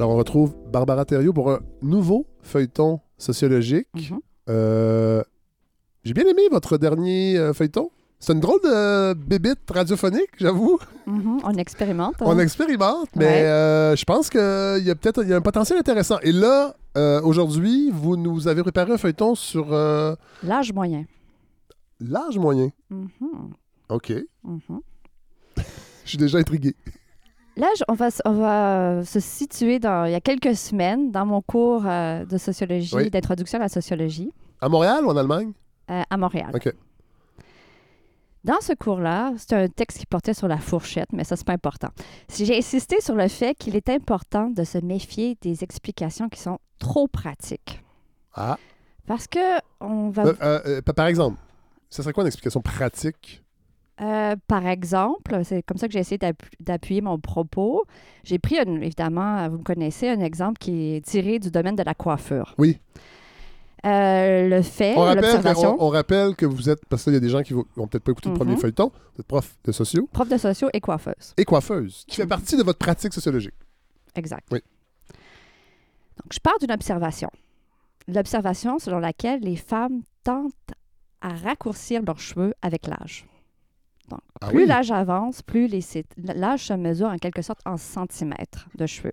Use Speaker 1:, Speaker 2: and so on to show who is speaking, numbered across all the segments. Speaker 1: retrouve Barbara Thériault pour un nouveau feuilleton sociologique.
Speaker 2: Mhm.
Speaker 1: Euh, J'ai bien aimé votre dernier euh, feuilleton. C'est une drôle de bébite radiophonique, j'avoue.
Speaker 2: Mhm. On expérimente.
Speaker 1: On
Speaker 2: hein.
Speaker 1: expérimente, mais
Speaker 2: Ouais.
Speaker 1: euh, je pense qu'il y a peut-être il y a un potentiel intéressant. Et là, euh, aujourd'hui, vous nous avez préparé un feuilleton sur euh,
Speaker 2: L'âge moyen.
Speaker 1: l'âge moyen.
Speaker 2: Mhm.
Speaker 1: OK.
Speaker 2: Mhm.
Speaker 1: Je suis déjà intrigué.
Speaker 2: L'âge, on va, s- on va euh, se situer dans, il y a quelques semaines dans mon cours euh, de sociologie,
Speaker 1: Oui.
Speaker 2: d'introduction à la sociologie
Speaker 1: À Montréal ou en Allemagne?
Speaker 2: euh, à Montréal.
Speaker 1: OK.
Speaker 2: Dans ce cours-là, c'est un texte qui portait sur la fourchette, mais ça, c'est pas important. Si J'ai insisté sur le fait qu'il est important de se méfier des explications qui sont trop pratiques.
Speaker 1: Ah.
Speaker 2: Parce que, on va,
Speaker 1: Euh, euh, euh, pa- par exemple, ça serait quoi une explication pratique?
Speaker 2: euh, par exemple, c'est comme ça que j'ai essayé d'appu- d'appuyer mon propos. J'ai pris, un- évidemment, euh, vous me connaissez, un exemple qui est tiré du domaine de la coiffure.
Speaker 1: Oui.
Speaker 2: Euh, le fait,
Speaker 1: On rappelle, que,
Speaker 2: l'observation,
Speaker 1: on, on rappelle que vous êtes, parce qu'il y a des gens qui n'ont peut-être pas écouté le premier
Speaker 2: Mhm.
Speaker 1: feuilleton, vous êtes prof de sociaux
Speaker 2: prof de sociaux et coiffeuse.
Speaker 1: et coiffeuse, qui fait
Speaker 2: Mhm.
Speaker 1: partie de votre pratique sociologique.
Speaker 2: Exact.
Speaker 1: Oui.
Speaker 2: Donc, je pars d'une observation. L'observation selon laquelle les femmes tentent à raccourcir leurs cheveux avec l'âge.
Speaker 1: Ah
Speaker 2: plus
Speaker 1: oui?
Speaker 2: l'âge avance, plus les cét- l'âge se mesure en quelque sorte en centimètres de cheveux.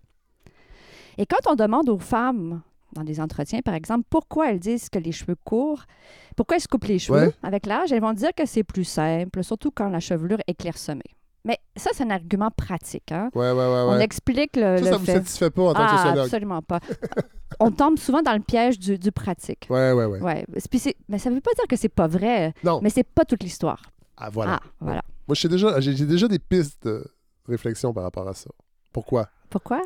Speaker 2: Et quand on demande aux femmes, dans des entretiens par exemple, pourquoi elles disent que les cheveux courts, pourquoi elles se coupent les cheveux
Speaker 1: Ouais.
Speaker 2: avec l'âge, elles vont dire que c'est plus simple, surtout quand la chevelure est clairsemée. Mais ça, c'est un argument pratique. hein.
Speaker 1: Ouais, ouais, Ah ouais.
Speaker 2: On
Speaker 1: ouais.
Speaker 2: explique le,
Speaker 1: Ça,
Speaker 2: le
Speaker 1: ça vous
Speaker 2: fait.
Speaker 1: satisfait pas en tant que
Speaker 2: Ah,
Speaker 1: sociologue?
Speaker 2: absolument pas. On tombe souvent dans le piège du, du pratique.
Speaker 1: Ouais, ouais, ouais.
Speaker 2: Ouais. Puis c'est- Mais ça ne veut pas dire que c'est pas vrai,
Speaker 1: Non.
Speaker 2: mais c'est pas toute l'histoire.
Speaker 1: Ah, voilà.
Speaker 2: Ah, voilà.
Speaker 1: Moi, j'ai déjà, j'ai j'ai déjà des pistes de réflexion par rapport à ça. Pourquoi?
Speaker 2: Pourquoi?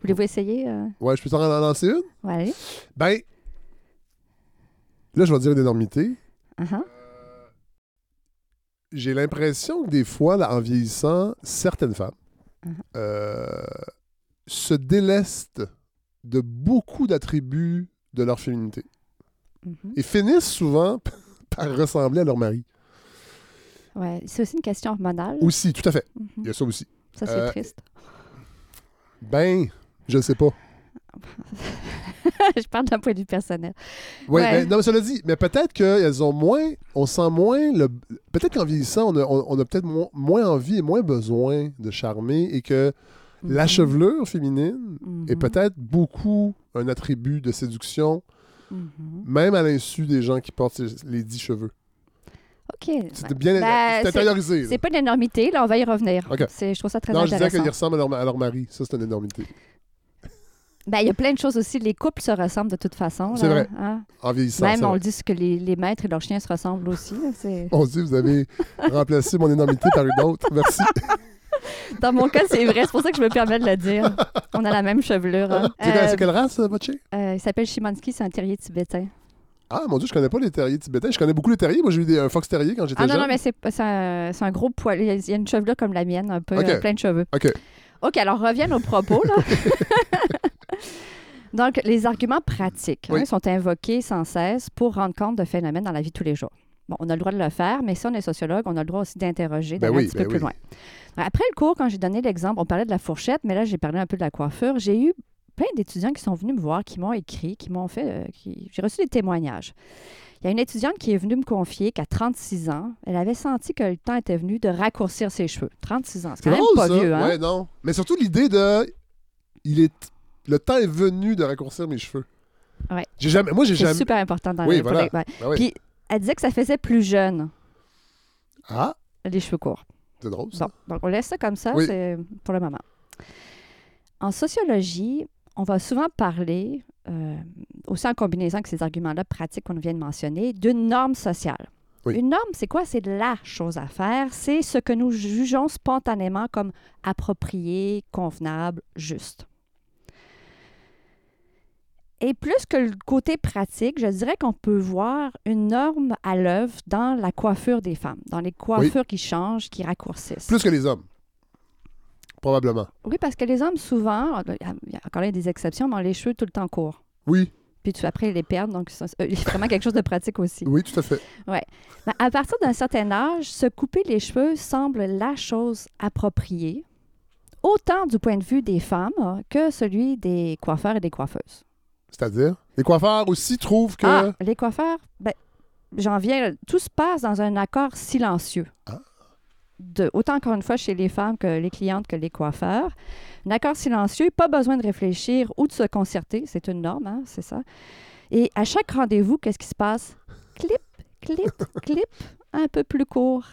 Speaker 2: Voulez-vous essayer? euh?
Speaker 1: Ouais, je peux t'en en lancer une?
Speaker 2: Ouais, allez.
Speaker 1: Ben, là, je vais dire une énormité. Hein?
Speaker 2: Uh-huh.
Speaker 1: j'ai l'impression que des fois, là, en vieillissant, certaines femmes
Speaker 2: Mhm.
Speaker 1: euh, se délestent de beaucoup d'attributs de leur féminité
Speaker 2: Mhm.
Speaker 1: et finissent souvent par ressembler à leur mari.
Speaker 2: Ouais, C'est aussi une question hormonale.
Speaker 1: Aussi, tout à fait.
Speaker 2: Mhm.
Speaker 1: Il y a ça aussi.
Speaker 2: Ça, c'est
Speaker 1: euh,
Speaker 2: triste.
Speaker 1: Ben, je ne sais pas.
Speaker 2: Je parle d'un point de vue personnel.
Speaker 1: Ouais,
Speaker 2: Ouais.
Speaker 1: mais- ben, non, mais cela dit, mais peut-être qu'elles ont moins, on sent moins le. Peut-être qu'en vieillissant, on a, on- on a peut-être mo- moins envie et moins besoin de charmer et que la
Speaker 2: Mhm.
Speaker 1: chevelure féminine
Speaker 2: Mhm.
Speaker 1: est peut-être beaucoup un attribut de séduction
Speaker 2: Mhm.
Speaker 1: même à l'insu des gens qui portent les- les dix cheveux.
Speaker 2: OK.
Speaker 1: C'est
Speaker 2: Ben,
Speaker 1: bien
Speaker 2: ben,
Speaker 1: c'est
Speaker 2: c'est-
Speaker 1: intériorisé. là.
Speaker 2: C'est pas une énormité, là, on va y revenir.
Speaker 1: OK.
Speaker 2: C'est- Je trouve ça très
Speaker 1: Non, je disais
Speaker 2: intéressant.
Speaker 1: qu'ils ressemblent à leur, à leur mari. Ça, c'est une énormité.
Speaker 2: Ben, il y a plein de choses aussi. Les couples se ressemblent de toute façon.
Speaker 1: C'est
Speaker 2: là,
Speaker 1: vrai.
Speaker 2: hein.
Speaker 1: En vieillissant.
Speaker 2: Même,
Speaker 1: ça,
Speaker 2: on
Speaker 1: ouais.
Speaker 2: le dit, c'est que les, les maîtres et leurs chiens se ressemblent aussi. là, c'est-
Speaker 1: on se dit, vous avez remplacé mon énormité par une autre. Merci.
Speaker 2: Dans mon cas, c'est vrai. C'est pour ça que je me permets de le dire. On a la même chevelure. hein.
Speaker 1: C'est quelle-
Speaker 2: Euh,
Speaker 1: c'est quelle race, euh, votre chien?
Speaker 2: euh, il s'appelle Shimansky, c'est un terrier tibétain.
Speaker 1: Ah, mon Dieu, je connais pas les terriers tibétains. Je connais beaucoup les terriers. Moi, j'ai eu des- un fox terrier quand j'étais
Speaker 2: Ah non,
Speaker 1: jeune.
Speaker 2: non, mais c'est pas- c'est un, c'est un gros poil. Il y a- il y a une chevelure comme la mienne, un peu
Speaker 1: Ok.
Speaker 2: euh, plein de cheveux.
Speaker 1: OK.
Speaker 2: OK, alors reviens aux propos. Là. Donc, les arguments pratiques hein,
Speaker 1: Oui.
Speaker 2: sont invoqués sans cesse pour rendre compte de phénomènes dans la vie de tous les jours. Bon, on a le droit de le faire, mais si on est sociologue, on a le droit aussi d'interroger,
Speaker 1: Ben
Speaker 2: d'aller
Speaker 1: oui,
Speaker 2: un petit
Speaker 1: ben
Speaker 2: peu plus
Speaker 1: oui.
Speaker 2: loin. Alors, Après le cours, quand j'ai donné l'exemple, on parlait de la fourchette, mais là, j'ai parlé un peu de la coiffure. J'ai eu plein d'étudiants qui sont venus me voir, qui m'ont écrit, qui m'ont fait... euh, qui- J'ai reçu des témoignages. Il y a une étudiante qui est venue me confier qu'à 36 ans, elle avait senti que le temps était venu de raccourcir ses cheveux. 36 ans, c'est
Speaker 1: C'est
Speaker 2: quand même
Speaker 1: drôle,
Speaker 2: pas
Speaker 1: ça.
Speaker 2: vieux, hein?
Speaker 1: Ouais, non. Mais surtout, l'idée de. Il est... Le temps est venu de raccourcir mes cheveux.
Speaker 2: Ouais.
Speaker 1: J'ai jamais... Moi, j'ai
Speaker 2: C'est
Speaker 1: jamais.
Speaker 2: super important dans
Speaker 1: Oui,
Speaker 2: la- pour
Speaker 1: voilà.
Speaker 2: les- ouais.
Speaker 1: Ah, ouais.
Speaker 2: Puis- Elle disait que ça faisait plus jeune,
Speaker 1: Ah,
Speaker 2: les cheveux courts.
Speaker 1: c'est drôle, ça.
Speaker 2: Bon, donc on laisse ça comme ça
Speaker 1: Mm. Oui.
Speaker 2: c'est pour le moment. En sociologie, on va souvent parler, euh, aussi en combinaison avec ces arguments-là pratiques qu'on vient de mentionner, d'une norme sociale.
Speaker 1: Oui.
Speaker 2: Une norme, c'est quoi? C'est la chose à faire. C'est ce que nous jugeons spontanément comme approprié, convenable, juste. Et plus que le côté pratique, je dirais qu'on peut voir une norme à l'œuvre dans la coiffure des femmes, dans les coiffures qui changent, qui raccourcissent.
Speaker 1: Plus que les hommes. Probablement.
Speaker 2: Oui, parce que les hommes, souvent, ah, ben, il y a- il y a encore là, il y a des exceptions, mais on a les cheveux tout le temps courts.
Speaker 1: Oui,
Speaker 2: Puis tu, après, ils les perdent, donc ça, c'est euh, c'est vraiment quelque chose de pratique aussi.
Speaker 1: oui, tout à fait.
Speaker 2: Ben, à partir d'un certain âge, se couper les cheveux semble la chose appropriée autant du point de vue des femmes hein, que celui des coiffeurs et des coiffeuses.
Speaker 1: C'est-à-dire? Les coiffeurs aussi trouvent que.
Speaker 2: Ah, les coiffeurs, ben, j'en viens, tout se passe dans un accord silencieux.
Speaker 1: Ah.
Speaker 2: De, autant encore une fois chez les femmes que les clientes que les coiffeurs. Un accord silencieux, pas besoin de réfléchir ou de se concerter, c'est une norme, hein, c'est ça. Et à chaque rendez-vous, qu'est-ce qui se passe? Clip, clip, clip, un peu plus court,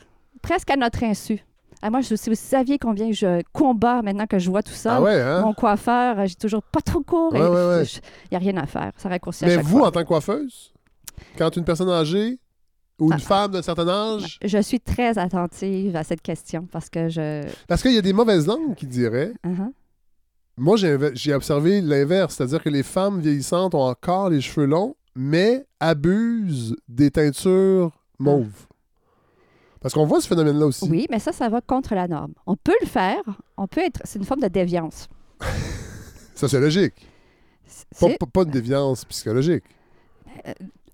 Speaker 2: presque à notre insu. Ah, moi, je, si vous saviez combien je combats maintenant que je vois tout ça,
Speaker 1: Ah ouais, hein?
Speaker 2: mon coiffeur, euh, j'ai toujours pas trop court. Il
Speaker 1: Ouais, ouais, ouais.
Speaker 2: n'y a rien à faire. Ça raccourcit à
Speaker 1: Mais
Speaker 2: chaque
Speaker 1: vous,
Speaker 2: fois.
Speaker 1: en tant que coiffeuse, quand une personne âgée ou une
Speaker 2: Ah.
Speaker 1: femme d'un certain âge,
Speaker 2: Je suis très attentive à cette question parce que je.
Speaker 1: parce qu'il y a des mauvaises langues qui diraient.
Speaker 2: Uh-huh.
Speaker 1: Moi, j'ai j'ai observé l'inverse, c'est-à-dire que les femmes vieillissantes ont encore les cheveux longs, mais abusent des teintures mauves. Parce qu'on voit ce phénomène-là aussi.
Speaker 2: Ah. Oui, mais ça, ça va contre la norme. On peut le faire. On peut être. C'est une forme de déviance.
Speaker 1: Sociologique. Pas,
Speaker 2: C'est
Speaker 1: pas, pas de déviance psychologique.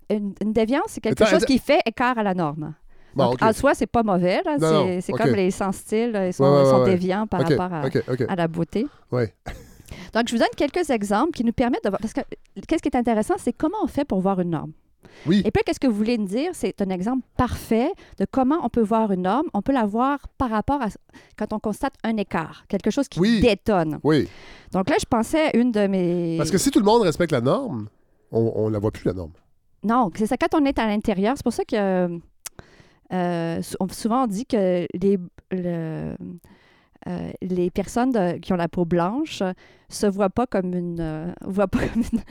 Speaker 2: une, une déviance, c'est quelque
Speaker 1: Attends,
Speaker 2: chose
Speaker 1: attends.
Speaker 2: qui fait écart à la norme.
Speaker 1: Bon,
Speaker 2: Donc, ah,
Speaker 1: ok.
Speaker 2: En soi, c'est pas mauvais. là.
Speaker 1: Non, non,
Speaker 2: C'est c'est
Speaker 1: ok.
Speaker 2: comme les sans-styles. là, Ils sont,
Speaker 1: Ouais, ouais,
Speaker 2: ils sont
Speaker 1: ouais, ouais.
Speaker 2: déviants par
Speaker 1: Ok,
Speaker 2: rapport à,
Speaker 1: ok, ok.
Speaker 2: à la beauté.
Speaker 1: Ouais.
Speaker 2: Donc, je vous donne quelques exemples qui nous permettent de voir. Parce que qu'est-ce qui est intéressant, c'est comment on fait pour voir une norme.
Speaker 1: Oui.
Speaker 2: Et puis, qu'est-ce que vous voulez me dire? C'est un exemple parfait de comment on peut voir une norme. On peut la voir par rapport à quand on constate un écart, quelque chose qui
Speaker 1: Oui.
Speaker 2: détonne.
Speaker 1: Oui.
Speaker 2: Donc là, je pensais à une de mes.
Speaker 1: Parce que si tout le monde respecte la norme, on, on la voit plus, la norme.
Speaker 2: Non, c'est ça. Quand on est à l'intérieur, c'est pour ça que euh, euh, sou- on- souvent on dit que les, le- euh, les personnes de- qui ont la peau blanche euh, se voient pas comme une. euh, voient pas comme, une-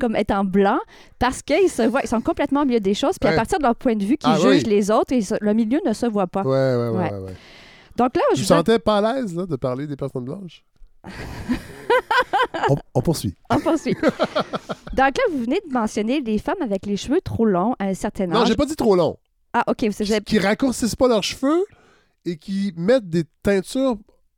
Speaker 2: comme étant blanc parce qu'ils se voient. Ils sont complètement au milieu des choses. Puis à
Speaker 1: Ouais.
Speaker 2: partir de leur point de vue, qu'ils
Speaker 1: Ah oui.
Speaker 2: jugent les autres et se- le milieu ne se voit pas.
Speaker 1: Ouais, ouais, ouais.
Speaker 2: Ah. Ouais.
Speaker 1: ouais. ouais.
Speaker 2: Donc là,
Speaker 1: Je
Speaker 2: je
Speaker 1: me
Speaker 2: vous
Speaker 1: sentais pas à l'aise là, de parler des personnes blanches. on, on poursuit.
Speaker 2: on poursuit. Donc là, vous venez de mentionner les femmes avec les cheveux trop longs à un certain
Speaker 1: Non,
Speaker 2: âge.
Speaker 1: j'ai pas dit trop long.
Speaker 2: ah, OK. Vous avez...
Speaker 1: Qui raccourcissent pas leurs cheveux et qui mettent des teintures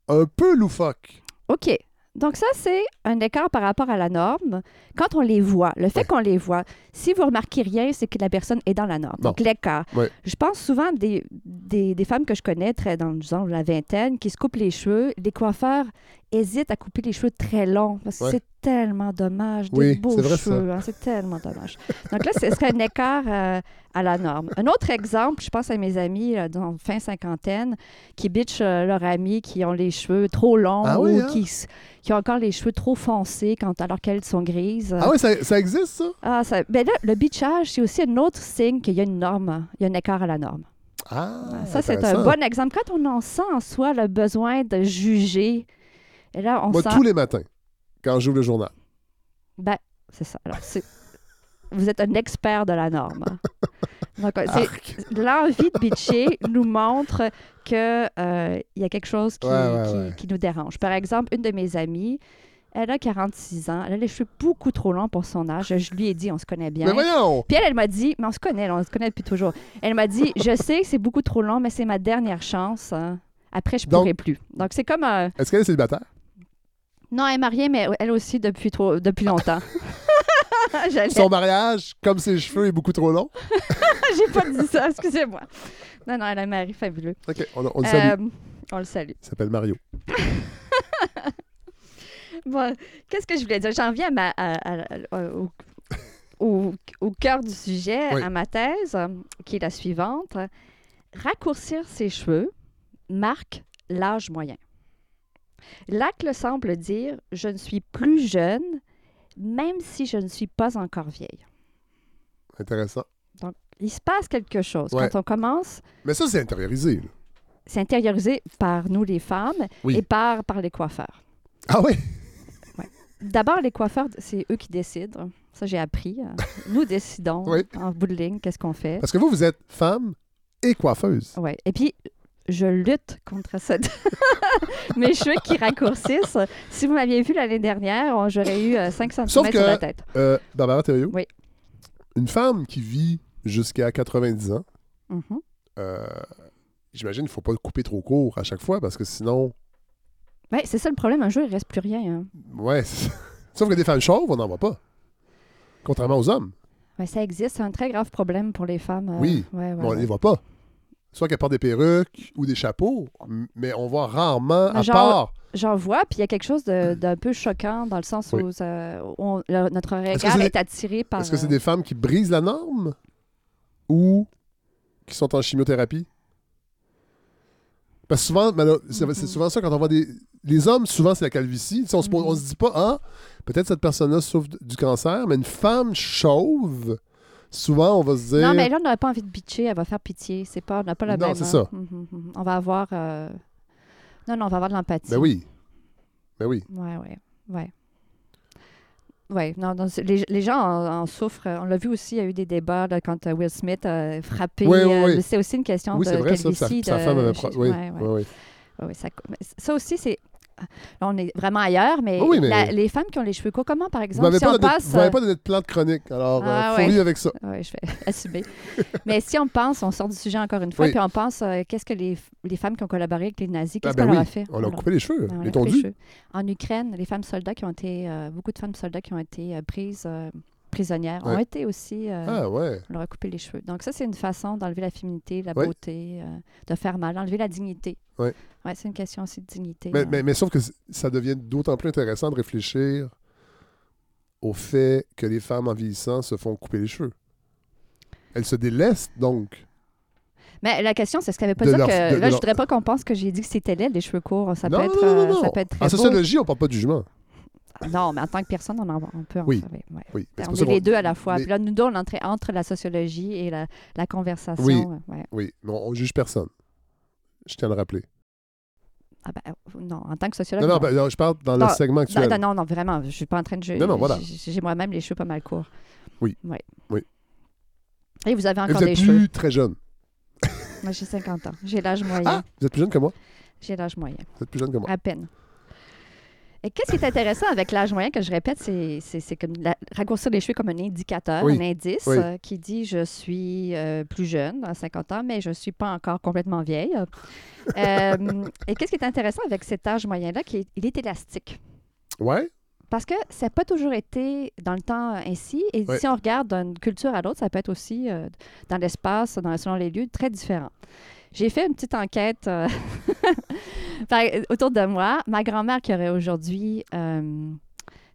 Speaker 1: un peu loufoques.
Speaker 2: OK. Donc ça, c'est un écart par rapport à la norme. Quand on les voit, le fait
Speaker 1: Ouais.
Speaker 2: qu'on les voit, si vous remarquez rien, c'est que la personne est dans la norme.
Speaker 1: Bon.
Speaker 2: Donc l'écart.
Speaker 1: Ouais.
Speaker 2: Je pense souvent des, des, des femmes que je connais, très dans disons, la vingtaine, qui se coupent les cheveux. Les coiffeurs hésitent à couper les cheveux très longs parce que
Speaker 1: Ouais.
Speaker 2: c'est tellement dommage. Des
Speaker 1: Oui,
Speaker 2: beaux
Speaker 1: c'est vrai,
Speaker 2: cheveux, hein, c'est tellement dommage. Donc là, ce serait un écart euh, à la norme. Un autre exemple, je pense à mes amis euh, dans fin cinquantaine qui bitchent euh, leurs amis qui ont les cheveux trop longs
Speaker 1: Ah oui,
Speaker 2: ou
Speaker 1: hein?
Speaker 2: qui, s- qui ont encore les cheveux trop foncés quand, alors qu'elles sont grises.
Speaker 1: Ah ouais, ça, ça existe, ça?
Speaker 2: Ah, ça- ben là, le bitchage, c'est aussi un autre signe qu'il y a une norme, il y a un écart à la norme.
Speaker 1: Ah,
Speaker 2: ça, c'est un
Speaker 1: intéressant.
Speaker 2: bon exemple. Quand on en sent en soi le besoin de juger, et là, on
Speaker 1: Moi,
Speaker 2: sent...
Speaker 1: tous les matins, quand j'ouvre le journal.
Speaker 2: Ben, c'est ça. Alors, c'est- Vous êtes un expert de la norme. Donc,
Speaker 1: Ah.
Speaker 2: c'est-
Speaker 1: Arc!
Speaker 2: l'envie de bitcher nous montre qu'il y a quelque chose qui,
Speaker 1: Ouais, ouais,
Speaker 2: qui-
Speaker 1: ouais.
Speaker 2: qui nous dérange. Par exemple, une de mes amies, elle a 46 ans, elle a les cheveux beaucoup trop longs pour son âge. Je lui ai dit, on se connaît bien.
Speaker 1: Mais voyons!
Speaker 2: Puis elle, elle m'a dit, mais on se connaît, là, on se connaît depuis toujours. Elle m'a dit, je sais que c'est beaucoup trop long, mais c'est ma dernière chance. hein. Après, je
Speaker 1: Donc-
Speaker 2: pourrai plus. Donc, c'est comme... un...
Speaker 1: Est-ce qu'elle est célibataire?
Speaker 2: Non, elle est mariée, mais elle aussi depuis, trop- depuis longtemps. J'allais-
Speaker 1: Son mariage, comme ses cheveux, est beaucoup trop long?
Speaker 2: J'ai pas dit ça, excusez-moi. Non, non, elle a un mari fabuleux.
Speaker 1: OK, on, on le salue.
Speaker 2: Euh, on le salue.
Speaker 1: Il s'appelle Mario.
Speaker 2: Bon, qu'est-ce que je voulais dire? J'en viens à ma- à- à- à- au, au- au cœur du sujet,
Speaker 1: Oui.
Speaker 2: à ma thèse, euh, qui est la suivante. Raccourcir ses cheveux marque l'âge moyen. L'acte semble dire je ne suis plus jeune, même si je ne suis pas encore vieille.
Speaker 1: Intéressant.
Speaker 2: Il se passe quelque chose.
Speaker 1: Ouais.
Speaker 2: Quand on commence,
Speaker 1: Mais ça, c'est intériorisé. là.
Speaker 2: c'est intériorisé par nous les femmes
Speaker 1: Oui.
Speaker 2: et par, par les coiffeurs.
Speaker 1: Ah oui?
Speaker 2: D'abord, les coiffeurs, c'est eux qui décident. Ça, j'ai appris. Euh, Nous décidons,
Speaker 1: Oui.
Speaker 2: en bout de ligne, qu'est-ce qu'on fait.
Speaker 1: Parce que vous, vous êtes femme et coiffeuse.
Speaker 2: Ouais. Et puis, je lutte contre cette... mes cheveux qui raccourcissent. Si vous m'aviez vu l'année dernière, on- j'aurais eu euh, 5 cm
Speaker 1: Sauf que-
Speaker 2: sur la tête.
Speaker 1: Euh, Barbara Thériault?
Speaker 2: Oui.
Speaker 1: Une femme qui vit jusqu'à 90 ans,
Speaker 2: Mhm.
Speaker 1: euh, j'imagine qu'il ne faut pas le couper trop court à chaque fois parce que sinon,
Speaker 2: Ouais, c'est ça le problème. Un jour, il ne reste plus rien. hein.
Speaker 1: ouais. c'est- Sauf que des femmes chauves, on n'en voit pas. Contrairement aux hommes,
Speaker 2: Ouais, ça existe. C'est un très grave problème pour les femmes. euh,
Speaker 1: Oui.
Speaker 2: ouais, ouais,
Speaker 1: Mais on ne
Speaker 2: ouais.
Speaker 1: les voit pas. soit qu'elle porte des perruques ou des chapeaux, m- mais on voit rarement, à
Speaker 2: Genre-
Speaker 1: part.
Speaker 2: J'en vois, puis il y a quelque chose de- d'un peu choquant dans le sens
Speaker 1: Oui.
Speaker 2: où, ça- où on- le- notre
Speaker 1: Est-ce que
Speaker 2: regard
Speaker 1: c'est
Speaker 2: est,
Speaker 1: des-
Speaker 2: attiré par.
Speaker 1: Est-ce que c'est
Speaker 2: euh,
Speaker 1: des femmes qui brisent la norme ou qui sont en chimiothérapie? Parce que souvent, malo- c'est
Speaker 2: Mhm.
Speaker 1: c'est souvent ça quand on voit des. Les hommes, souvent, c'est la calvitie. Tu sais, on, se pose-
Speaker 2: Mhm.
Speaker 1: on se dit pas, ah, peut-être cette personne-là souffre d- du cancer, mais une femme chauve, souvent, on va se dire.
Speaker 2: Non, mais là, on n'aurait pas envie de bitcher, elle va faire pitié. C'est pas, on n'a pas la
Speaker 1: Non,
Speaker 2: même.
Speaker 1: c'est
Speaker 2: hein.
Speaker 1: ça.
Speaker 2: Mhm, mhm. On va avoir. euh, Non, non, on va avoir de l'empathie.
Speaker 1: Ben oui. Ben oui.
Speaker 2: Ouais, ouais, ouais. Ouais, non, non, c'est- les, les gens en, en souffrent. On l'a vu aussi, il y a eu des débats là, quand euh, Will Smith a frappé.
Speaker 1: Ouais, ouais,
Speaker 2: euh,
Speaker 1: ouais.
Speaker 2: C'est aussi une question
Speaker 1: Oui,
Speaker 2: de
Speaker 1: c'est vrai, ça. Sa,
Speaker 2: calvitie,
Speaker 1: sa
Speaker 2: de-
Speaker 1: femme avait.
Speaker 2: je-
Speaker 1: pro- Oui,
Speaker 2: ouais, ouais.
Speaker 1: oui, oui.
Speaker 2: Oui, ça, co- mais ça aussi, c'est. Là, on est vraiment ailleurs, mais,
Speaker 1: Oui, oui, mais-
Speaker 2: la- les femmes qui ont les cheveux courts, comment, par
Speaker 1: Vous
Speaker 2: exemple,
Speaker 1: m'avez
Speaker 2: si
Speaker 1: pas,
Speaker 2: on
Speaker 1: donné-
Speaker 2: passe.
Speaker 1: vous m'avez pas donné de plan de chronique, alors
Speaker 2: Ah,
Speaker 1: euh, faut
Speaker 2: ouais.
Speaker 1: vivre avec ça.
Speaker 2: euh, ouais, je vais assumer. mais si on pense, on sort du sujet encore une fois,
Speaker 1: Oui.
Speaker 2: puis on pense, euh, qu'est-ce que les, les femmes qui ont collaboré avec les nazis, qu'est-ce
Speaker 1: ben
Speaker 2: qu'on
Speaker 1: oui,
Speaker 2: leur a fait? Ben
Speaker 1: On leur a
Speaker 2: leur-
Speaker 1: coupé les cheveux,
Speaker 2: on leur a
Speaker 1: les
Speaker 2: Ah coupé
Speaker 1: tondus.
Speaker 2: cheveux. En Ukraine, les femmes soldats qui ont été. euh, beaucoup de femmes soldats qui ont été euh, prises euh, prisonnières ont
Speaker 1: Ouais.
Speaker 2: été aussi. euh,
Speaker 1: Ah ouais.
Speaker 2: On leur a coupé les cheveux. Donc, ça, c'est une façon d'enlever la féminité, la
Speaker 1: Ouais.
Speaker 2: beauté, euh, de faire mal, d'enlever la dignité.
Speaker 1: Ouais.
Speaker 2: Ouais, c'est une question aussi de dignité.
Speaker 1: Mais,
Speaker 2: hein.
Speaker 1: mais- mais sauf que c- ça devient d'autant plus intéressant de réfléchir au fait que les femmes en vieillissant se font couper les cheveux. Elles se délaissent donc.
Speaker 2: Mais la question, c'est ce qu'elle veut pas
Speaker 1: De
Speaker 2: dire
Speaker 1: leur-
Speaker 2: que.
Speaker 1: de- de
Speaker 2: là, je
Speaker 1: leur-
Speaker 2: voudrais pas qu'on pense que j'ai dit que c'était laid, les cheveux courts. Ça,
Speaker 1: non,
Speaker 2: peut,
Speaker 1: non,
Speaker 2: être,
Speaker 1: non,
Speaker 2: euh,
Speaker 1: non,
Speaker 2: ça
Speaker 1: non. Ah,
Speaker 2: peut être très
Speaker 1: En
Speaker 2: beau.
Speaker 1: sociologie, on parle pas de jugement.
Speaker 2: Non, mais en tant que personne, on, en- on peut en
Speaker 1: Oui.
Speaker 2: savoir, ouais.
Speaker 1: Oui. mais c'est
Speaker 2: On
Speaker 1: pour
Speaker 2: est
Speaker 1: ça qu'on-
Speaker 2: les deux à la fois.
Speaker 1: mais-
Speaker 2: Puis là, nous deux, on entrait entre la sociologie et la, la conversation. euh,
Speaker 1: Oui.
Speaker 2: ouais.
Speaker 1: Oui, mais on, on juge personne. Je tiens à le rappeler.
Speaker 2: Ah ben, euh, non, en tant que sociologue.
Speaker 1: Non, non,
Speaker 2: non.
Speaker 1: ben, non, je parle dans
Speaker 2: Non,
Speaker 1: le segment
Speaker 2: Non,
Speaker 1: actuel.
Speaker 2: non, non, non, vraiment, je suis pas en train de. je-
Speaker 1: Non, non, voilà.
Speaker 2: j- J'ai moi-même les cheveux pas mal courts.
Speaker 1: Oui.
Speaker 2: Ouais.
Speaker 1: Oui.
Speaker 2: Et vous avez
Speaker 1: Et
Speaker 2: encore
Speaker 1: vous
Speaker 2: des
Speaker 1: êtes
Speaker 2: cheveux.
Speaker 1: plus très jeune.
Speaker 2: Moi, j'ai 50 ans. J'ai l'âge
Speaker 1: Ah,
Speaker 2: moyen.
Speaker 1: vous êtes plus jeune que moi.
Speaker 2: J'ai l'âge moyen.
Speaker 1: Vous êtes plus jeune que moi.
Speaker 2: À peine. Et qu'est-ce qui est intéressant avec l'âge moyen, que je répète, c'est- c'est c'est comme la- raccourcir les cheveux comme un indicateur,
Speaker 1: Oui.
Speaker 2: un indice
Speaker 1: Oui.
Speaker 2: euh, qui dit je suis euh, plus jeune, à 50 ans, mais je ne suis pas encore complètement vieille. Euh, et qu'est-ce qui est intéressant avec cet âge moyen-là, qui est- il est élastique.
Speaker 1: Ouais.
Speaker 2: Parce que ça n'a pas toujours été dans le temps euh, ainsi. Et
Speaker 1: Ouais.
Speaker 2: si on regarde d'une culture à l'autre, ça peut être aussi euh, dans l'espace, dans, selon les lieux, très différent. J'ai fait une petite enquête euh, par- euh, autour de moi. Ma grand-mère, qui aurait aujourd'hui euh,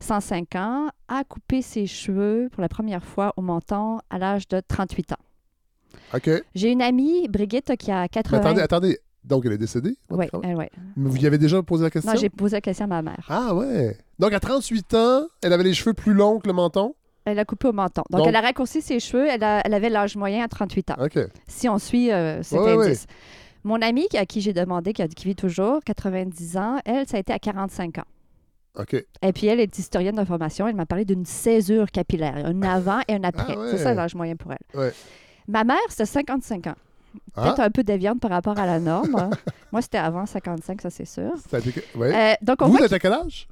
Speaker 2: 105 ans, a coupé ses cheveux pour la première fois au menton à l'âge de 38 ans.
Speaker 1: OK.
Speaker 2: J'ai une amie, Brigitte, qui a
Speaker 1: Mais
Speaker 2: 80
Speaker 1: attendez, attendez. Donc, elle est décédée? votre
Speaker 2: Oui,
Speaker 1: femme?
Speaker 2: elle, ouais.
Speaker 1: Mais Vous y avez déjà posé la question?
Speaker 2: Non, j'ai posé la question à ma mère.
Speaker 1: Ah ouais. Donc à 38 ans, elle avait les cheveux plus longs que le menton.
Speaker 2: Elle a coupé au menton. Donc,
Speaker 1: Donc-
Speaker 2: elle a raccourci ses cheveux. Elle, a- elle avait l'âge moyen à 38 ans.
Speaker 1: OK.
Speaker 2: si on suit euh, cet
Speaker 1: Ouais, ouais,
Speaker 2: indice. Mon amie qui- à qui j'ai demandé, qui, a- qui vit toujours, 90 ans, elle, ça a été à 45 ans.
Speaker 1: OK.
Speaker 2: Et puis elle est historienne de formation, elle m'a parlé d'une césure capillaire, un avant et un après.
Speaker 1: Ah ouais.
Speaker 2: C'est ça l'âge moyen pour elle.
Speaker 1: Ouais.
Speaker 2: Ma mère, c'était 55 ans.
Speaker 1: Ah,
Speaker 2: Peut-être un peu déviante par rapport à la norme. hein. Moi, c'était avant 55, ça c'est sûr.
Speaker 1: ça a été que- ouais.
Speaker 2: Euh, donc on
Speaker 1: Vous
Speaker 2: voit...
Speaker 1: êtes à quel âge?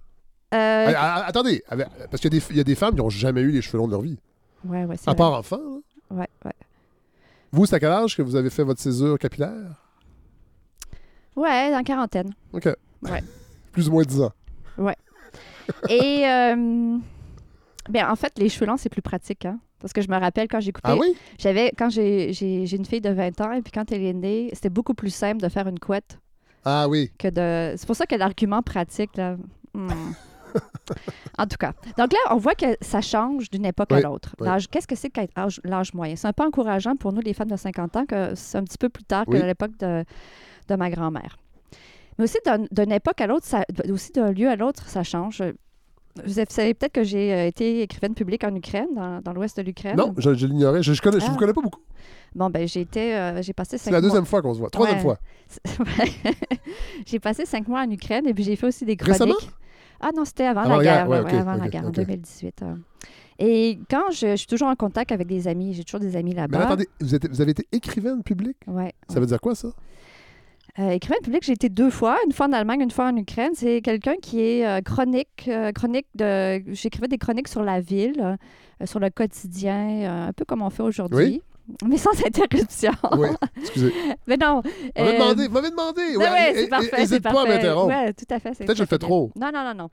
Speaker 2: euh,
Speaker 1: Ah, ah, attendez, avec- parce qu'il y, a des- il y a des femmes qui n'ont jamais eu les cheveux longs de leur vie,
Speaker 2: ouais, ouais, c'est
Speaker 1: à
Speaker 2: vrai.
Speaker 1: part enfant. là.
Speaker 2: Ouais, ouais.
Speaker 1: Vous, c'est à quel âge que vous avez fait votre césure capillaire?
Speaker 2: Ouais, dans la quarantaine.
Speaker 1: OK.
Speaker 2: Ouais.
Speaker 1: plus ou moins 10 ans.
Speaker 2: Et euh, ben, en fait, les cheveux longs, c'est plus pratique. hein. Parce que je me rappelle quand j'ai coupé
Speaker 1: Ah oui?
Speaker 2: J'avais, quand j'ai, j'ai, j'ai une fille de 20 ans, et puis quand elle est née, c'était beaucoup plus simple de faire une couette
Speaker 1: Ah oui.
Speaker 2: que de. C'est pour ça que l'argument pratique, là. hmm. en tout cas. Donc là, on voit que ça change d'une époque à
Speaker 1: Oui,
Speaker 2: l'autre.
Speaker 1: oui.
Speaker 2: L'âge- qu'est-ce que c'est qu'être âge- l'âge moyen? C'est un peu encourageant pour nous, les femmes de 50 ans, que c'est un petit peu plus tard que
Speaker 1: Oui.
Speaker 2: à l'époque de, de ma grand-mère. Mais aussi, d'un- d'une époque à l'autre, ça- aussi d'un lieu à l'autre, ça change. Vous savez peut-être que j'ai euh, été écrivaine publique en Ukraine, dans, dans l'ouest de l'Ukraine.
Speaker 1: Non, je, je l'ignorais. Je ne
Speaker 2: Ah.
Speaker 1: vous connais pas beaucoup.
Speaker 2: Bon, ben j'ai été, euh, j'ai passé
Speaker 1: C'est
Speaker 2: cinq
Speaker 1: la
Speaker 2: mois.
Speaker 1: deuxième fois qu'on se voit. Troisième
Speaker 2: Ouais.
Speaker 1: fois.
Speaker 2: Ouais. j'ai passé cinq mois en Ukraine et puis j'ai fait aussi des chroniques.
Speaker 1: Récemment?
Speaker 2: Ah non, c'était avant,
Speaker 1: Avant
Speaker 2: la
Speaker 1: la
Speaker 2: guerre,
Speaker 1: guerre, ouais,
Speaker 2: ouais,
Speaker 1: ok,
Speaker 2: ouais, avant la
Speaker 1: ok,
Speaker 2: guerre, en
Speaker 1: ok.
Speaker 2: 2018. euh. Et quand je, je suis toujours en contact avec des amis, j'ai toujours des amis
Speaker 1: Mais
Speaker 2: là-bas.
Speaker 1: là, Ben, attendez, vous, êtes- vous avez été écrivaine publique?
Speaker 2: Ouais.
Speaker 1: Ça veut dire quoi, ça?
Speaker 2: Euh, écrivain public, j'ai été deux fois, une fois en Allemagne, une fois en Ukraine. C'est quelqu'un qui est euh, chronique, euh, chronique de. J'écrivais des chroniques sur la ville, euh, sur le quotidien, euh, un peu comme on fait aujourd'hui, mais sans interruption.
Speaker 1: Oui, excusez.
Speaker 2: mais non.
Speaker 1: Vous m'avez
Speaker 2: euh,
Speaker 1: demandé, vous m'avez demandé.
Speaker 2: Oui,
Speaker 1: Ouais,
Speaker 2: c'est
Speaker 1: hé- hé-
Speaker 2: parfait. c'est
Speaker 1: Hésite pas à
Speaker 2: parfait.
Speaker 1: m'interrompre.
Speaker 2: Ouais, tout à fait. c'est
Speaker 1: Peut-être que je
Speaker 2: tout
Speaker 1: le fais
Speaker 2: à fait
Speaker 1: trop.
Speaker 2: bien. Non, non, non, non.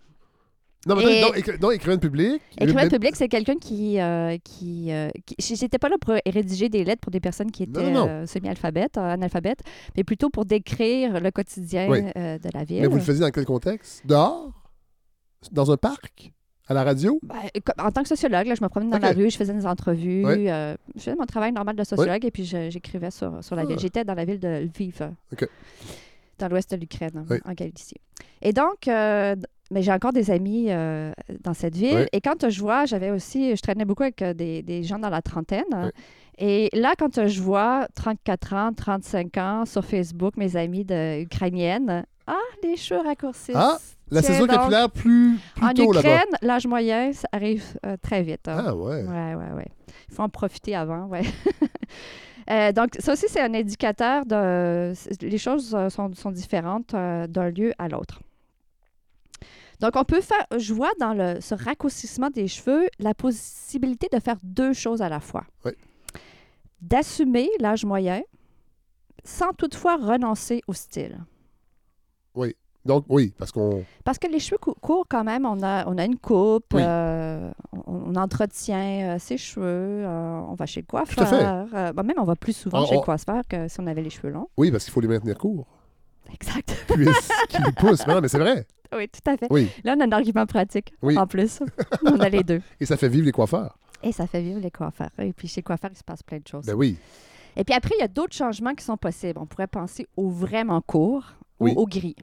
Speaker 1: Non, mais attends,
Speaker 2: Et-
Speaker 1: non, écri- non, écrivaine publique.
Speaker 2: Écrivain public, c'est quelqu'un qui. euh, qui, euh, qui- J'étais pas là pour rédiger des lettres pour des personnes qui
Speaker 1: Non,
Speaker 2: étaient
Speaker 1: non, non.
Speaker 2: euh, semi-alphabètes, euh, analphabètes, mais plutôt pour décrire le quotidien
Speaker 1: Oui.
Speaker 2: euh, de la ville.
Speaker 1: Mais vous le faisiez dans quel contexte Dehors Dans un parc À la radio
Speaker 2: Ben, comme- en tant que sociologue, là, je me promenais dans
Speaker 1: Ok.
Speaker 2: la rue, je faisais des entrevues,
Speaker 1: Oui.
Speaker 2: euh, je faisais mon travail normal de sociologue et puis je- j'écrivais sur, sur la ville.
Speaker 1: Ah.
Speaker 2: J'étais dans la ville de Lviv, euh,
Speaker 1: Ok.
Speaker 2: dans l'ouest de l'Ukraine,
Speaker 1: Oui.
Speaker 2: en Galicie. Et donc, euh, d- mais j'ai encore des amis euh, dans cette ville.
Speaker 1: Oui.
Speaker 2: Et quand euh, je vois, j'avais aussi, je traînais beaucoup avec euh, des, des gens dans la trentaine. Et là, quand euh, je vois 34 ans, 35 ans sur Facebook, mes amis de, ukrainiennes, ah, les cheveux raccourcis.
Speaker 1: Ah, La
Speaker 2: Tiens
Speaker 1: saison
Speaker 2: donc.
Speaker 1: capillaire plus, plus
Speaker 2: En
Speaker 1: tôt là-bas.
Speaker 2: Ukraine, l'âge moyen, ça arrive euh, très vite. hein.
Speaker 1: Ah ouais.
Speaker 2: Ouais, ouais, ouais. Il faut en profiter avant, ouais. Euh, donc, ça aussi, c'est un indicateur de... c'est- Les choses euh, sont, sont différentes euh, d'un lieu à l'autre. Donc, on peut faire... Je vois dans le, ce raccourcissement des cheveux la possibilité de faire deux choses à la fois.
Speaker 1: Oui.
Speaker 2: D'assumer l'âge moyen sans toutefois renoncer au style.
Speaker 1: Donc oui, parce qu'on.
Speaker 2: Parce que les cheveux cou- courts, quand même, on a, on a une coupe,
Speaker 1: Oui.
Speaker 2: euh, on, on entretient euh, ses cheveux, euh, on va chez le coiffeur.
Speaker 1: à fait.
Speaker 2: euh, bah, même, on va plus souvent
Speaker 1: On-
Speaker 2: chez
Speaker 1: on-
Speaker 2: le coiffeur que si on avait les cheveux longs.
Speaker 1: Oui, parce qu'il faut les maintenir courts.
Speaker 2: Exact.
Speaker 1: Puisqu'ils poussent. Non, mais c'est vrai.
Speaker 2: oui, tout à fait.
Speaker 1: Oui.
Speaker 2: Là, on a un argument pratique
Speaker 1: Oui.
Speaker 2: en plus. on a les deux.
Speaker 1: Et ça fait vivre les coiffeurs.
Speaker 2: Et ça fait vivre les coiffeurs. Et puis, chez le coiffeur, il se passe plein de choses.
Speaker 1: Ben oui.
Speaker 2: Et puis après, il y a d'autres changements qui sont possibles. On pourrait penser au vraiment court
Speaker 1: Oui.
Speaker 2: ou au gris.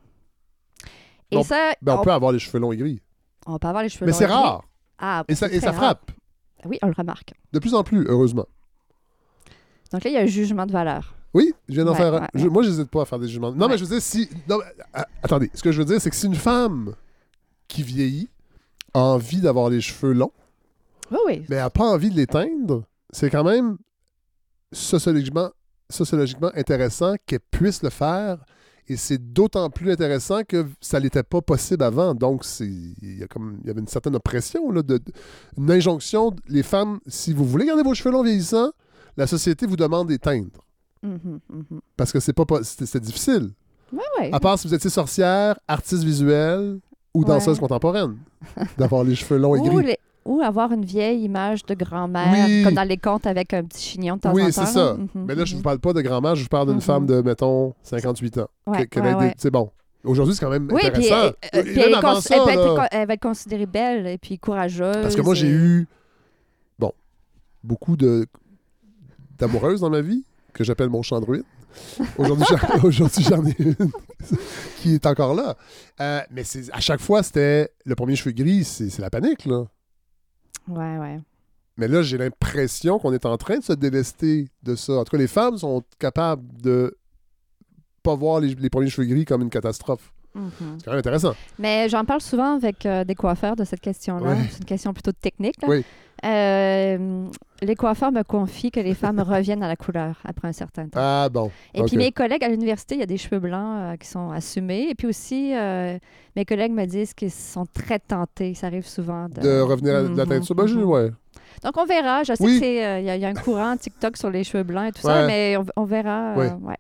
Speaker 2: Et
Speaker 1: Bon,
Speaker 2: ça,
Speaker 1: Ben on,
Speaker 2: on,
Speaker 1: peut avoir les cheveux longs et gris.
Speaker 2: on peut avoir les cheveux
Speaker 1: Mais
Speaker 2: longs
Speaker 1: c'est
Speaker 2: et gris.
Speaker 1: rare.
Speaker 2: Ah,
Speaker 1: Et ça,
Speaker 2: c'est
Speaker 1: et ça
Speaker 2: très rare.
Speaker 1: frappe.
Speaker 2: Oui, on le remarque.
Speaker 1: De plus en plus, heureusement.
Speaker 2: Donc là, il y a un jugement de valeur.
Speaker 1: Oui, je viens d'en
Speaker 2: Ouais,
Speaker 1: faire un.
Speaker 2: ouais,
Speaker 1: Je- moi, j'hésite pas à faire des jugements. Non,
Speaker 2: Ouais.
Speaker 1: mais je veux dire, si. non, mais, ah, attendez, ce que je veux dire, c'est que si une femme qui vieillit a envie d'avoir les cheveux longs,
Speaker 2: Oui, oui.
Speaker 1: mais elle n'a pas envie de les teindre, c'est quand même sociologiquement, sociologiquement intéressant qu'elle puisse le faire. Et c'est d'autant plus intéressant que ça n'était pas possible avant. Donc, c'est- il y, a comme- il y avait une certaine oppression, là, de, de- une injonction. de- Les femmes, si vous voulez garder vos cheveux longs vieillissants, la société vous demande des teindre.
Speaker 2: Mhm, mhm.
Speaker 1: Parce que c'est pas pas- c'était c'était difficile.
Speaker 2: Ouais, ouais.
Speaker 1: À part si vous étiez sorcière, artiste visuel ou danseuse
Speaker 2: Ouais. Oh,
Speaker 1: contemporaine, d'avoir les cheveux longs et
Speaker 2: ou,
Speaker 1: gris.
Speaker 2: les- ou avoir une vieille image de grand-mère,
Speaker 1: Oui.
Speaker 2: comme dans les contes avec un petit chignon de temps en temps.
Speaker 1: Oui, c'est ça.
Speaker 2: Mhm,
Speaker 1: Mais là, je
Speaker 2: mhm.
Speaker 1: vous parle pas de grand-mère, je vous parle d'une
Speaker 2: Mhm.
Speaker 1: femme de, mettons, 58 ans. Que-
Speaker 2: Ouais,
Speaker 1: qu'elle
Speaker 2: ouais,
Speaker 1: ait des-
Speaker 2: ouais.
Speaker 1: C'est bon. Aujourd'hui, c'est quand même
Speaker 2: Oui, puis,
Speaker 1: intéressant.
Speaker 2: euh, euh,
Speaker 1: Et
Speaker 2: puis
Speaker 1: même
Speaker 2: elle, est
Speaker 1: avant
Speaker 2: cons-
Speaker 1: ça,
Speaker 2: elle va être,
Speaker 1: là,
Speaker 2: con- euh, elle va être considérée belle et puis courageuse.
Speaker 1: parce que moi, j'ai
Speaker 2: et-
Speaker 1: eu, bon, beaucoup de d'amoureuses dans ma vie, que j'appelle mon chandruide. Aujourd'hui, j'en- aujourd'hui, j'en ai une qui est encore là. Euh, mais c'est- à chaque fois, c'était le premier cheveu gris, c'est c'est la panique, là.
Speaker 2: Ouais, ouais.
Speaker 1: Mais là, j'ai l'impression qu'on est en train de se délester de ça. En tout cas, les femmes sont capables de pas voir les, les premiers cheveux gris comme une catastrophe.
Speaker 2: Mhm.
Speaker 1: C'est quand même intéressant.
Speaker 2: Mais j'en parle souvent avec euh, des coiffeurs de cette question-là.
Speaker 1: Ouais.
Speaker 2: C'est une question plutôt technique. là.
Speaker 1: Oui.
Speaker 2: Euh, les coiffeurs me confient que les femmes reviennent à la couleur après un certain temps.
Speaker 1: Ah bon.
Speaker 2: Et
Speaker 1: Ok.
Speaker 2: puis mes collègues à l'université, il y a des cheveux blancs euh, qui sont assumés. Et puis aussi, euh, mes collègues me disent qu'ils sont très tentés. Ça arrive souvent. De...
Speaker 1: De revenir à la
Speaker 2: Mhm,
Speaker 1: teinture. Ben, je-
Speaker 2: mhm.
Speaker 1: ouais.
Speaker 2: Donc on verra. Je sais
Speaker 1: Oui.
Speaker 2: que c'est, euh, il y, a- il y a un courant TikTok sur les cheveux blancs et tout
Speaker 1: Ouais.
Speaker 2: ça, mais on, on verra. euh, ouais.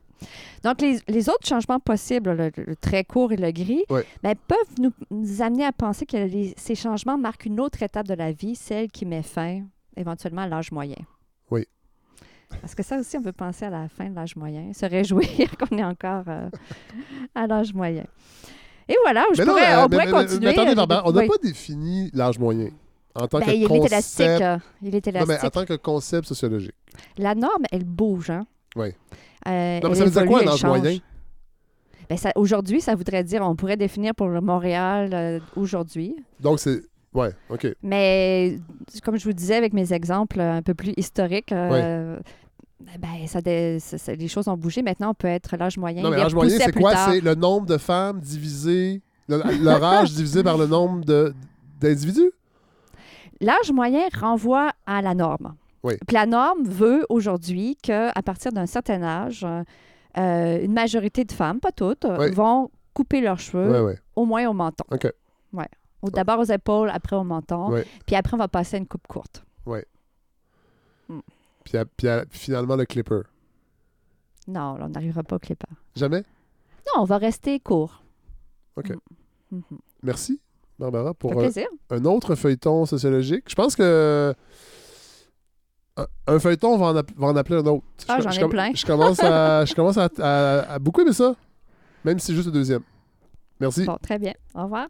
Speaker 2: Donc les, les autres changements possibles, le, le très court et le gris,
Speaker 1: Ouais.
Speaker 2: ben, peuvent nous, nous amener à penser que les- ces changements marquent une autre étape de la vie, celle qui met fin éventuellement à l'âge moyen.
Speaker 1: Oui.
Speaker 2: Parce que ça aussi, on peut penser à la fin de l'âge moyen, se réjouir qu'on est encore euh, à l'âge moyen. Et voilà, je
Speaker 1: Mais non,
Speaker 2: pourrais,
Speaker 1: euh,
Speaker 2: on
Speaker 1: mais-
Speaker 2: pourrait
Speaker 1: mais- mais-
Speaker 2: continuer.
Speaker 1: mais attendez, Barbara, on n'a
Speaker 2: Oui.
Speaker 1: pas défini l'âge moyen en tant
Speaker 2: Ben,
Speaker 1: que
Speaker 2: il est
Speaker 1: concept.
Speaker 2: élastique. euh, Il est
Speaker 1: non, mais
Speaker 2: élastique.
Speaker 1: en tant que concept sociologique.
Speaker 2: La norme, elle bouge, hein?
Speaker 1: Oui.
Speaker 2: Euh,
Speaker 1: Non, mais
Speaker 2: elle
Speaker 1: ça veut dire
Speaker 2: évolue,
Speaker 1: quoi un
Speaker 2: elle
Speaker 1: âge
Speaker 2: change.
Speaker 1: moyen?
Speaker 2: Ben, ça- aujourd'hui, ça voudrait dire, on pourrait définir pour le Montréal euh, aujourd'hui.
Speaker 1: Donc c'est. Ouais, ok.
Speaker 2: Mais comme je vous disais avec mes exemples euh, un peu plus historiques, euh, ben, ça dé- ça- ça- les choses ont bougé. Maintenant, on peut être l'âge moyen.
Speaker 1: Non, mais
Speaker 2: les
Speaker 1: l'âge moyen,
Speaker 2: repousser à
Speaker 1: c'est
Speaker 2: plus
Speaker 1: quoi?
Speaker 2: tard.
Speaker 1: C'est le nombre de femmes divisé. le- Leur âge divisé par le nombre de- d'individus?
Speaker 2: L'âge moyen renvoie à la norme.
Speaker 1: Oui.
Speaker 2: Puis la norme veut aujourd'hui qu'à partir d'un certain âge, euh, une majorité de femmes, pas toutes,
Speaker 1: Oui.
Speaker 2: vont couper leurs cheveux
Speaker 1: ouais, ouais.
Speaker 2: au moins au menton.
Speaker 1: OK.
Speaker 2: Ouais. Au- D'abord aux épaules, après au menton.
Speaker 1: Ouais.
Speaker 2: Puis après, on va passer à une coupe courte.
Speaker 1: Puis, à- puis à- finalement, le clipper.
Speaker 2: Non, là, on n'arrivera pas au clipper.
Speaker 1: Jamais?
Speaker 2: Non, on va rester court.
Speaker 1: OK.
Speaker 2: Mhm.
Speaker 1: Merci. Barbara,
Speaker 2: Ça
Speaker 1: pour
Speaker 2: fait
Speaker 1: euh,
Speaker 2: plaisir.
Speaker 1: un autre feuilleton sociologique. Je pense que un- un feuilleton on va en, app- va en appeler un autre.
Speaker 2: Ah,
Speaker 1: Je-
Speaker 2: j'en
Speaker 1: je
Speaker 2: ai
Speaker 1: com-
Speaker 2: plein.
Speaker 1: Je commence à, je commence à, à- à beaucoup aimer ça, même si c'est juste le deuxième. Merci.
Speaker 2: Bon, très bien. Au revoir.